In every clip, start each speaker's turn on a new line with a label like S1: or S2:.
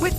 S1: With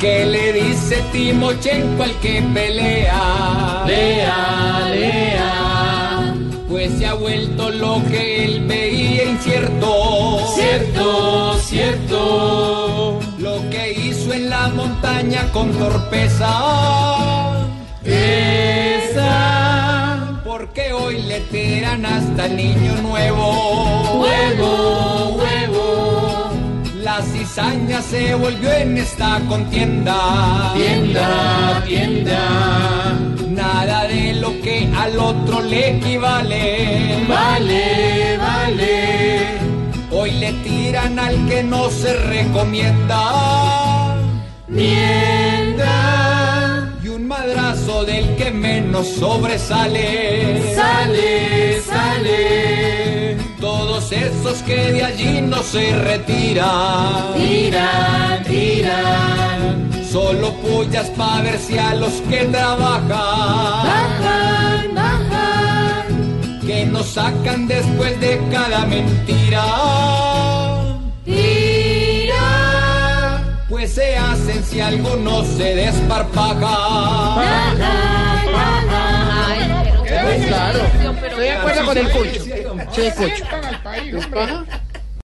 S2: ¿Qué le dice Timochenko al que pelea? Lea, lea. Pues se ha vuelto lo que él veía incierto. Cierto, cierto. Lo que hizo en la montaña con torpeza. Esa. Porque hoy le tiran hasta el niño nuevo. Huevo, huevo. La cizaña se volvió en esta contienda. Tienda, tienda. Nada de lo que al otro le equivale. Vale, vale. Hoy le tiran al que no se recomienda. Mienda. Y un madrazo del que menos sobresale. Sale, sale. Todos esos que de allí no se retiran. Tiran, tiran. Solo pullas para ver si a los que trabajan. Bajan, bajan. Que nos sacan después de cada mentira. Tira. Pues se hacen si alguno se desparpaja.
S3: Estoy de acuerdo con el cucho. Sí, cucho. ¿Es paja?